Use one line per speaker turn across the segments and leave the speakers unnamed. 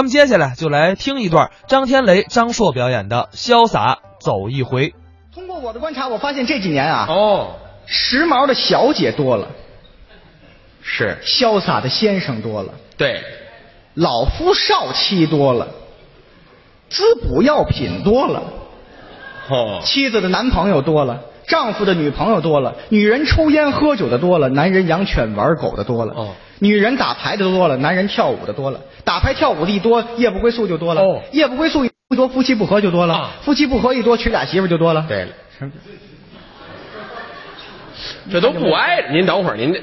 咱们接下来就来听一段张天雷、张硕表演的《潇洒走一回》。
通过我的观察，我发现这几年啊，
哦，
时髦的小姐多了，
是
潇洒的先生多了，
对，
老夫少妻多了，滋补药品多了，
哦，
妻子的男朋友多了。丈夫的女朋友多了，女人抽烟喝酒的多了，男人养犬玩狗的多了，
哦
女人打牌的多了，男人跳舞的多了，打牌跳舞的一多，夜不归宿就多了，
哦
夜不归宿一多，夫妻不和就多了，
啊
夫妻不和一多，娶俩媳妇就多了，
对了，这都不挨着。您等会儿，您这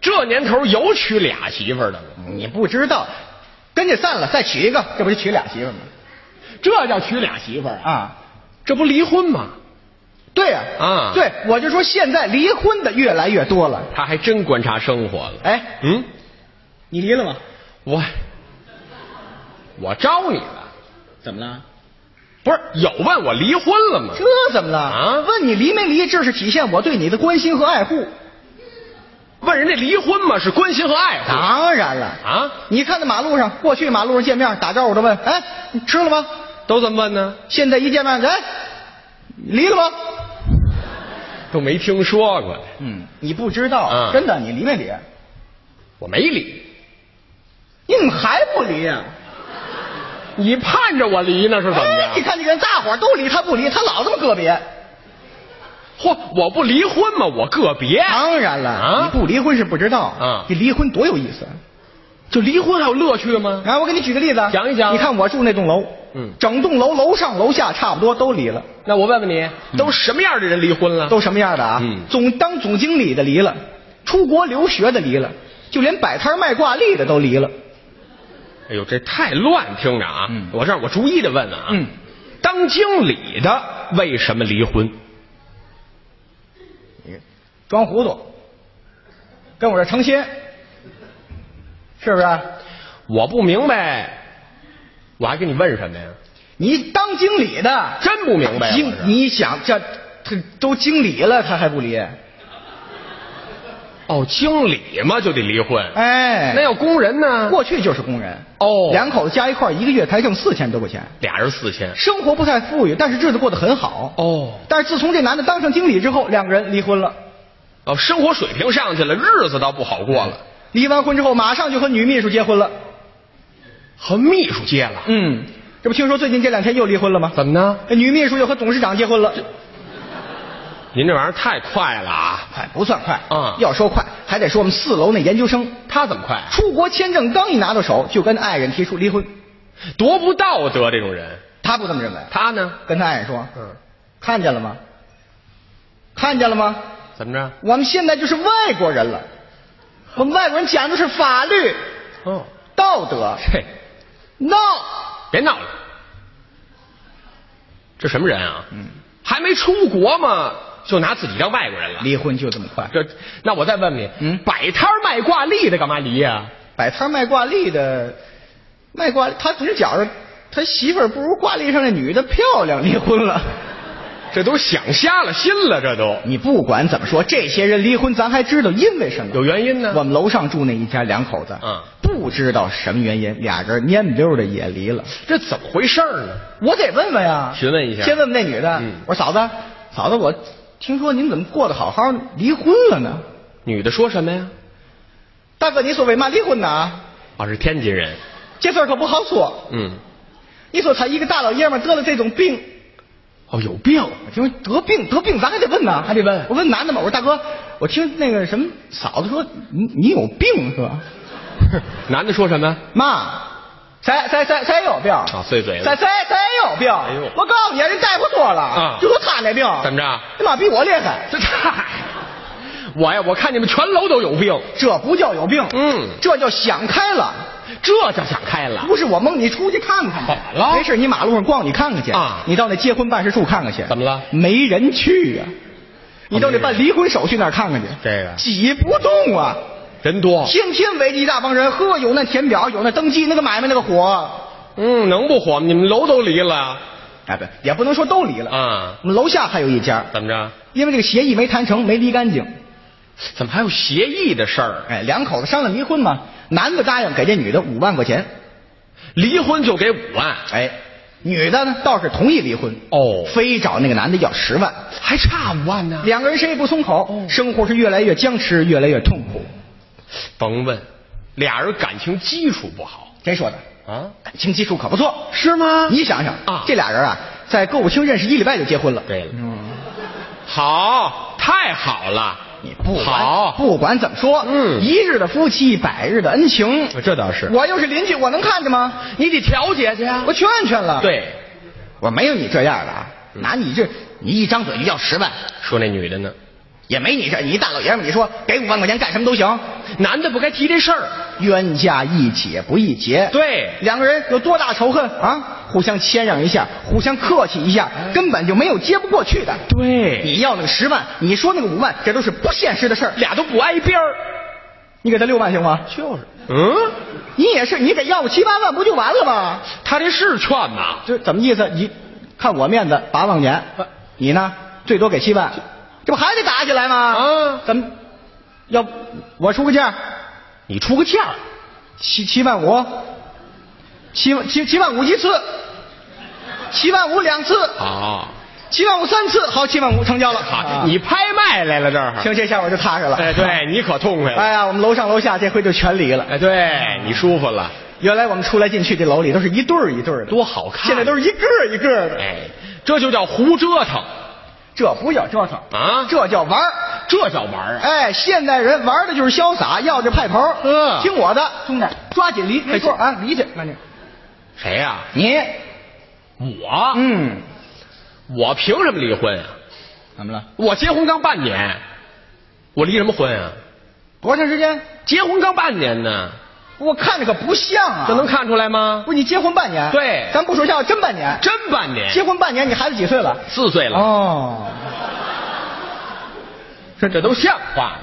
这年头有娶俩媳妇儿的吗？
你不知道，跟这散了，再娶一个，这不就娶俩媳妇吗？
这叫娶俩媳妇儿啊？
啊，
这不离婚吗？
对呀、
啊
对，我就说现在离婚的越来越多了。
他还真观察生活了。
哎，
嗯，
你离了吗？
我我招你了，
怎么了？
不是有问我离婚了吗？
这怎么了？
啊
问你离没离，这是体现我对你的关心和爱护。
问人家离婚吗？是关心和爱护
当然了，
啊？
你看在马路上，过去马路上见面打招呼都问，哎，你吃了吗？
都这么问呢？
现在一见面，哎，你离了吗？
都没听说过，
嗯，你不知道，
嗯
真的，你离没离？
我没离，
你怎么还不离啊呀、
你盼着我离呢是怎么
哎，你
着？
看你看，大伙儿都离他不离，他老这么个别。
嚯，我不离婚吗？我个别。
当然了，
啊
你不离婚是不知道
啊
你离婚多有意思啊！
就离婚还有乐趣吗？
啊，我给你举个例子，
讲一讲
你看我住那栋楼，
嗯
整栋楼楼上楼下差不多都离了，
那我问问你，都什么样的人离婚了？
都什么样的啊？
嗯
总当总经理的离了，出国留学的离了，就连摆摊卖挂历的都离了。
哎呦，这太乱，听着啊！
嗯
我这样我逐一的问啊。
嗯，
当经理的为什么离婚？
装糊涂，跟我这成心，是不啊是？
我不明白，我还跟你问什么呀？
你当经理的
真不明白我
经
是
你想这他都经理了，他还不离？
哦，经理嘛就得离婚。
哎，
那要工人呢？
过去就是工人
哦
两口子加一块儿一个月才挣四千多块钱，
俩人四千。
生活不太富裕，但是日子过得很好。
哦
但是自从这男的当上经理之后，两个人离婚了。
哦，生活水平上去了，日子倒不好过了，
离完婚之后，马上就和女秘书结婚了。
和秘书结了。
嗯，这不听说最近这两天又离婚了吗？
怎么呢？
女秘书又和董事长结婚了。
您这玩意儿太快了啊！
快哎不算快
啊
要说快，还得说我们四楼那研究生，
他怎么快？啊
出国签证刚一拿到手，就跟爱人提出离婚。
多不道德这种人。
他不这么认为，
他呢？
跟他爱人说：“
嗯，
看见了吗？看见了吗？
怎么着？
我们现在就是外国人了，我们外国人讲的是法律、
哦，
道德。
嘿，
No，
别闹了，这什么人啊？嗯，还没出国嘛，就拿自己当外国人了。
离婚就这么快。
这，那我再问问你，
嗯
摆摊儿卖挂历的干嘛离呀、
摆摊卖挂历的，卖挂他不是觉着他媳妇儿不如挂历上那女的漂亮，离婚了。
这都想瞎了心了，这都
你不管怎么说，这些人离婚，咱还知道因为什么？
有原因呢
我们楼上住那一家两口子，
嗯
不知道什么原因，俩人蔫不溜的也离了。
这怎么回事儿呢？
我得问问呀，
询问一下
先问问那女的，
嗯
我说嫂子，嫂子，我听说您怎么过得好好，离婚了呢？
女的说什么呀？
大哥，你说为嘛离婚呢？啊，
我是天津人，
这事儿可不好说。
嗯，
你说他一个大老爷们儿得了这种病，哎
哦，有病，
我听说得病得病，咱还得问呢，
还得问
我问男的嘛，我说大哥，我听那个什么嫂子说你你有病是吧？
男的说什么？
妈，谁谁谁谁有病？
啊碎嘴子
谁谁谁有病？哎
呦
我告诉你啊，人大夫说了，
啊
就说他那病
怎么着
他妈比我厉害，
这太，我呀，我看你们全楼都有病，
这不叫有病，
嗯
这叫想开了。
这叫想开了。
不是我蒙你，出去看看吧。
怎么了
没事，你马路上逛，你看看去
啊
你到那结婚办事处看看去。
怎么了
没人去呀、你到那办离婚手续那儿看看去。
这个哦
挤不动啊，
人多，
天天围着一大帮人，呵，有那填表，有那登记，那个买卖那个火。
嗯，能不火吗？你们楼都离了
哎，不，也不能说都离了。
啊？
我们楼下还有一家，
怎么着？
因为这个协议没谈成，没离干净。
怎么还有协议的事儿？
哎，两口子商量离婚嘛，男的答应给这女的五万块钱，
离婚就给五万，
哎，女的呢倒是同意离婚，
哦
非找那个男的要十万，
还差五万呢。哦
两个人谁也不松口，生活是越来越僵持，越来越痛苦。
甭问，俩人感情基础不好
谁说的？
啊？
感情基础可不错，
是吗
你想想
啊
这俩人啊，在歌舞厅认识一礼拜就结婚了。
对了，好，太好了，
你不管
好，
不管怎么说，
嗯呃
一日的夫妻，百日的恩情，
这倒是
我要是邻居，我能看着吗？
你得调解去啊
我劝劝了。，
对，嗯
我没有你这样的啊，拿你这，你一张嘴就要十万，
说那女的呢，
也没你这，你一大老爷们儿，你说给五万块钱干什么都行，
男的不该提这事儿，
冤家宜解不宜结。
对
两个人有多大仇恨啊？互相谦让一下，互相客气一下，根本就没有接不过去的。
对
你要那个十万，你说那个五万，这都是不现实的事儿。
俩都不挨边儿，
你给他六万行吗？就是，
嗯，
你也是，你给要个七八万不就完了吗？
他这是劝吗？
这怎么意思？你看我面子八万元，
啊
你呢最多给七万，这不还得打起来吗？
啊
怎么？要不我出个价，
你出个价儿，
七七万五，七万七七万五一次，七万五两次，
好，
七万五三次，好，七万五成交了。啊
好，你拍卖来了这儿，
行，这下我就踏实了。
啊哎，对你可痛快了，
哎呀，我们楼上楼下这回就全离了。
哎，对你舒服了，
原来我们出来进去这楼里都是一对儿一对儿的，
多好看
现在都是一个儿一个儿的，
哎，这就叫胡折腾，
这不叫折腾
啊
这叫玩儿。
这叫玩儿啊。
哎，现代人玩的就是潇洒，要这派头儿。
嗯
听我的，兄弟，抓紧离，没错啊，离去，慢点。啊
谁呀、
你，
我，
嗯，
我凭什么离婚啊？
怎么了？
我结婚刚半年，我离什么婚啊？
多长时间？
结婚刚半年呢，
我看着可不像啊。
这能？看出来吗？
不是你结婚半年？
对
咱不说像，真半年。
真半年，
结婚半年，你孩子几岁了？
四岁了，
哦，
这这都像话吗？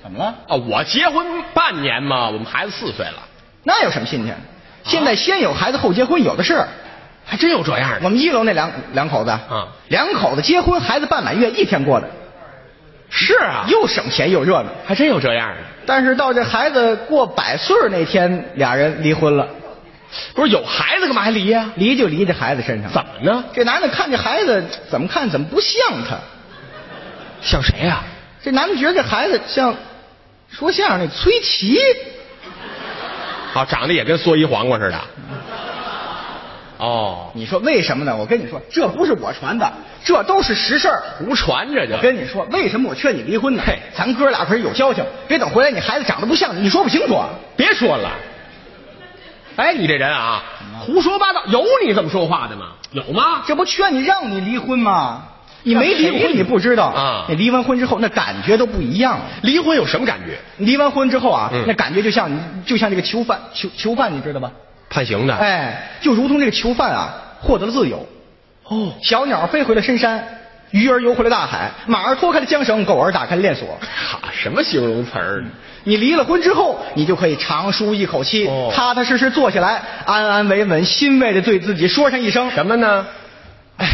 怎么了？
啊，我结婚半年嘛，我们孩子四岁了，
那有什么新鲜？现在先有孩子后结婚有的是。
还真有这样
我
的，
们一楼那两两口子，
嗯
两口子结婚，孩子半满月，一天过的，
是啊，
又省钱又热闹。
还真有这样的。
但是到这孩子过百岁儿那天，俩人离婚了，
不是有孩子干嘛还离呀、
离就离这孩子身上。
怎么呢？
这男的看这孩子怎么看怎么不像他，
像谁呀、
这男的觉得这孩子像说相声那崔琦，
啊？长得也跟蓑衣黄瓜似的。哦，
你说为什么呢？我跟你说，这不是我传的，这都是实事儿。
胡传这就
我跟你说，为什么我劝你离婚呢
嘿？
咱哥俩可是有交情，别等回来你孩子长得不像你，你说不清楚啊。
别说了。哎，你这人啊，胡说八道，有你这么说话的吗？有吗？
这不劝你让你离婚吗？你没离
谁
婚
离
你不知道
啊
你离完婚之后那感觉都不一样了。
离婚有什么感觉？
你离完婚之后啊，
嗯
那感觉就像就像这个囚犯囚囚犯，你知道吧？
判刑的。，
哎，就如同这个囚犯啊获得了自由，
哦，
小鸟飞回了深山，鱼儿游回了大海，马儿脱开了缰绳，狗儿打开了链锁。
哈，什么形容词儿？
你离了婚之后，你就可以长舒一口气，
哦
踏踏实实坐下来，安安稳稳、欣慰的对自己说上一声：“
什么呢？
哎，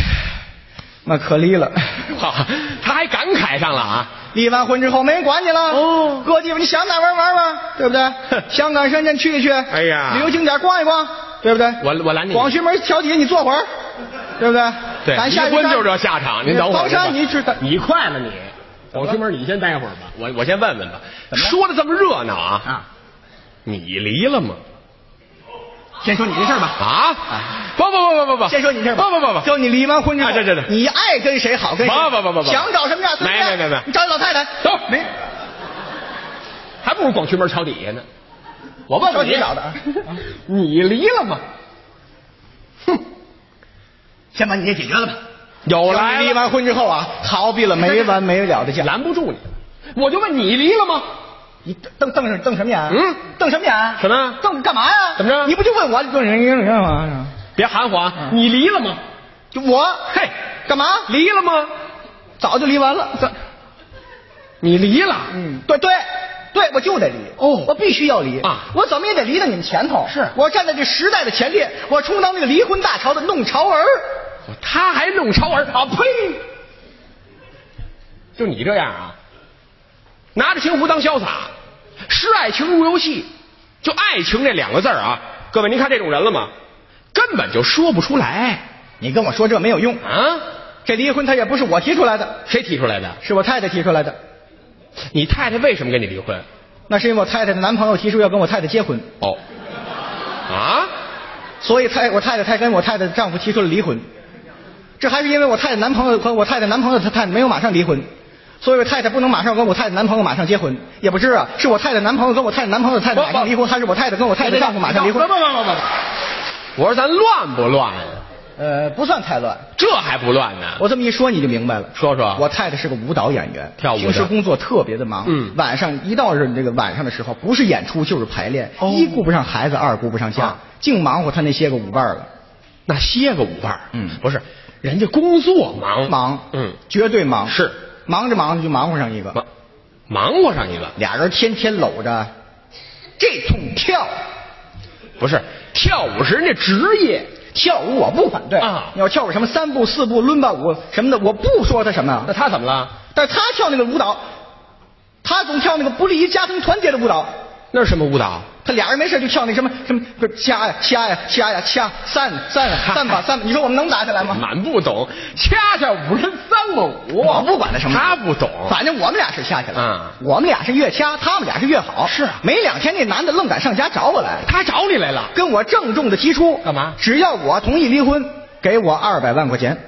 那可离了。”
哈，他还感慨上了啊！
离完婚之后没人管你了，
哦
各地方你想哪玩玩玩，对不对？香港、深圳去一去，哎
呀
旅游景点逛一逛，对不对？
我我拦你
广渠门桥底下你坐会儿，对不对？
对，
咱
离
下一
婚
站
就这下场。您等会儿吧。
房山你去，
你快了你。
么
广
了
渠门，你先待会儿吧，我我先问问吧。
怎么了
说的这么热闹啊，
啊，
你离了吗？
先说你这事儿吧。
啊？不不不不不不，
先说你这事儿吧，
不不不不，
就你离完婚之后，
啊对对对
你爱跟谁好跟谁，
不不不不不
想找什么样随便，
没没没没
你找你老太太，
走
没，
还不如广渠门桥底下呢。我问
找
问
你
你，
找的啊，
你离了吗？哼，
先把你这解决了吧。
有
像
来
你离完婚之后啊，逃避了没完没了的犟，
拦不住你，我就问你离了吗？
你瞪瞪什瞪什么眼？
嗯
瞪什么眼？
什么
瞪干嘛呀？
怎么着
你不就问我瞪人干嘛呀？
别含糊啊！
嗯
你离了吗？
就我
嘿，
干嘛？
离了吗？
嗯早就离完了。
这你离了？
嗯，对对对，我就得离。
哦
我必须要离
啊
我怎么也得离到你们前头。
是
我站在这时代的前列，我充当这个离婚大潮的弄潮儿。
我他还弄潮儿啊！呸！就你这样啊，拿着情壶当潇洒，视爱情如游戏，就爱情这两个字儿啊，各位，您看这种人了吗？根本就说不出来
你跟我说这没有用，
啊！
这离婚他也不是我提出来的，
谁提出来的？
是我太太提出来的。
你太太为什么跟你离婚？
那是因为我太太的男朋友提出要跟我太太结婚，
哦，啊，
所以太我太太才跟我太太的丈夫提出了离婚。这还是因为我太太男朋友和我太太男朋友他太太没有马上离婚，所以我太太不能马上跟我太太男朋友马上结婚。也不是啊，是我太太男朋友跟我太太男朋友的太太马上离婚，还是我太太跟我太太丈夫马上离婚？
不不不不不，我说咱乱不乱呀、
呃，不算太乱。
这还不乱呢？
我这么一说你就明白了。
说说
我太太是个舞蹈演员，
跳舞的
平时工作特别的忙，
嗯
晚上一到这个晚上的时候，不是演出就是排练，一顾不上孩子，二顾不上家，
哦啊
净忙活她那些个舞伴儿了，
那歇个舞伴儿
嗯
不是，人家工作忙
忙，
嗯，
绝对忙，
是
忙着忙着就忙活上一个，
忙忙活上一个，
俩人天天搂着，这通跳，
不是跳舞是人家职业，
跳舞我不反对
啊
你要跳舞什么三步四步伦巴舞什么的，我不说他什么，
那他怎么了？
但是他跳那个舞蹈，他总跳那个不利于家庭团结的舞蹈。
那是什么舞蹈？
他俩人没事就跳那什么什么，不是掐呀掐呀掐呀掐，散散散 吧散吧，你说我们能打起来吗？
满不懂，恰恰五人三个舞，
我不管他什么，
他不懂，
反正我们俩是掐起来，
嗯
我们俩是越掐，他们俩是越好。
是啊
没两天那男的愣敢上家找我来，
他找你来了，
跟我郑重的提出
干嘛
只要我同意离婚，给我二百万块钱。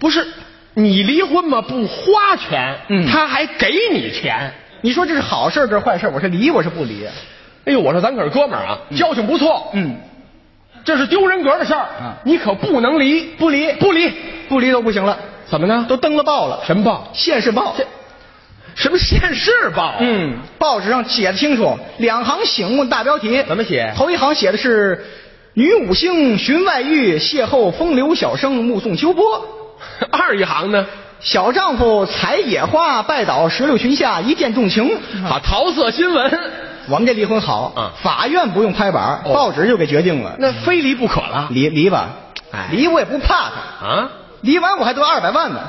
不是你离婚嘛，不花钱，
嗯
他还给你钱。
你说这是好事儿这是坏事儿？我是离我是不离？
哎呦，我说咱可是哥们儿啊，交情不错，，
嗯，
这是丢人格的事儿，
嗯
你可不能离，不离，不离，
不离都不行了，
怎么呢？
都登了报了，
啊什么报？
现世报。
什么现世报？，
嗯，报纸上写的清楚，两行醒目大标题。
怎么写
头一行写的是“女五星寻外遇，邂逅风流小生，目送秋波”。
二一行呢？
小丈夫采野花，拜倒石榴裙下，一见钟情。
啊，桃色新闻，
我们这离婚好，
啊
法院不用拍板，
哦
报纸就给决定了。
那非离不可了
离离吧，
哎
离我也不怕他，
啊！
离完我还得二百万呢。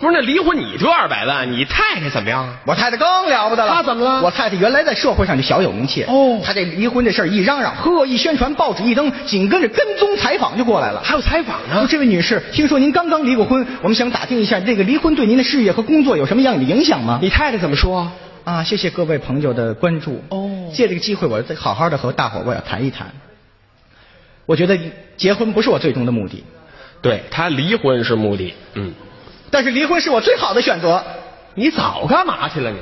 不是，那离婚你就二百万，你太太怎么样啊？
我太太更了不得了，
她怎么了
我太太原来在社会上就小有名气
哦
她这离婚这事儿一嚷嚷，呵，一宣传，报纸一登，紧跟着跟踪采访就过来了。
还有采访
说
呢？
这位女士，听说您刚刚离过婚，我们想打听一下，这个离婚对您的事业和工作有什么样的影响吗？
你太太怎么说？
啊，谢谢各位朋友的关注。
哦
借这个机会，我再好好的和大伙儿我要谈一谈。我觉得结婚不是我最终的目的，
对他离婚是目的，嗯，
但是离婚是我最好的选择。
你早干嘛去了你？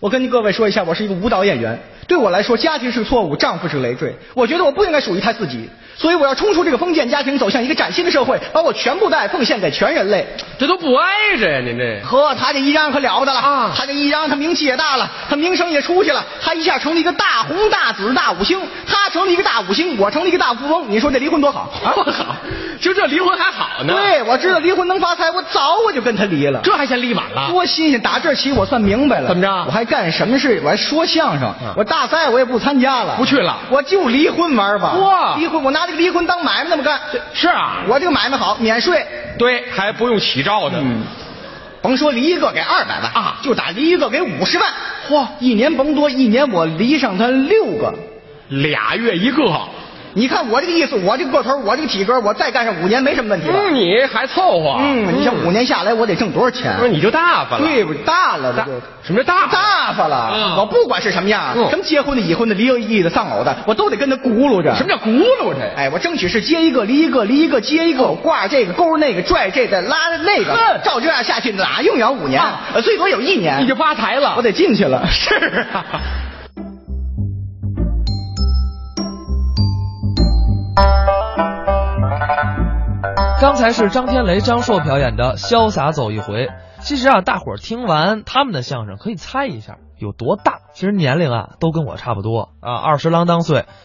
我跟各位说一下，我是一个舞蹈演员。对我来说，家庭是错误，丈夫是累赘。我觉得我不应该属于他自己，所以我要冲出这个封建家庭，走向一个崭新的社会，把我全部的爱奉献给全人类。
这都不挨着呀，您这
呵，他这一嚷可了不得了
啊
他这一嚷，他名气也大了，他名声也出去了，他一下成了一个大红大紫大五星，他成了一个大五星，我成了一个大富翁。你说这离婚多好啊？
我靠，就这离婚还好呢？
对，，我知道离婚能发财，我早我就跟他离了。
这还嫌离晚了？
多新鲜！打这起我算明白了，
怎么着
我还干什么事？我还说相声，
嗯
我大赛我也不参加了，
不去了
我就离婚玩吧。
哇
离婚，我拿这个离婚当买卖那么干。
是啊，
我这个买卖好，免税。
对，还不用起照呢。
嗯，甭说离一个给二百万
啊
就打离一个给五十万，嚯，一年甭多，一年我离上他六个。
俩月一个，
你看我这个意思，我这个个头，我这个体格，我再干上五年没什么问题了。
嗯，你还凑合。
嗯，你像五，年下来，我得挣多少钱？
不是你就大发了。
对不？大了，
大
这就
什么叫大
大发了？
嗯
我不管是什么样，
嗯
什么结婚的、已婚的、离异的、丧偶的，我都得跟他咕噜着。
什么叫轱辘这？
哎，我争取是接一个离一个，离一个接一个，
哦
挂这个勾那个，拽这个拉那个
哼，
照这样下去哪用了五年
嗯啊？
呃最多有一年。
你就发财了。
我得进去了。
是啊。
刚才是张天雷、张硕表演的《潇洒走一回》。其实啊，大伙儿听完他们的相声，可以猜一下有多大。其实年龄啊，都跟我差不多啊，二十郎当岁。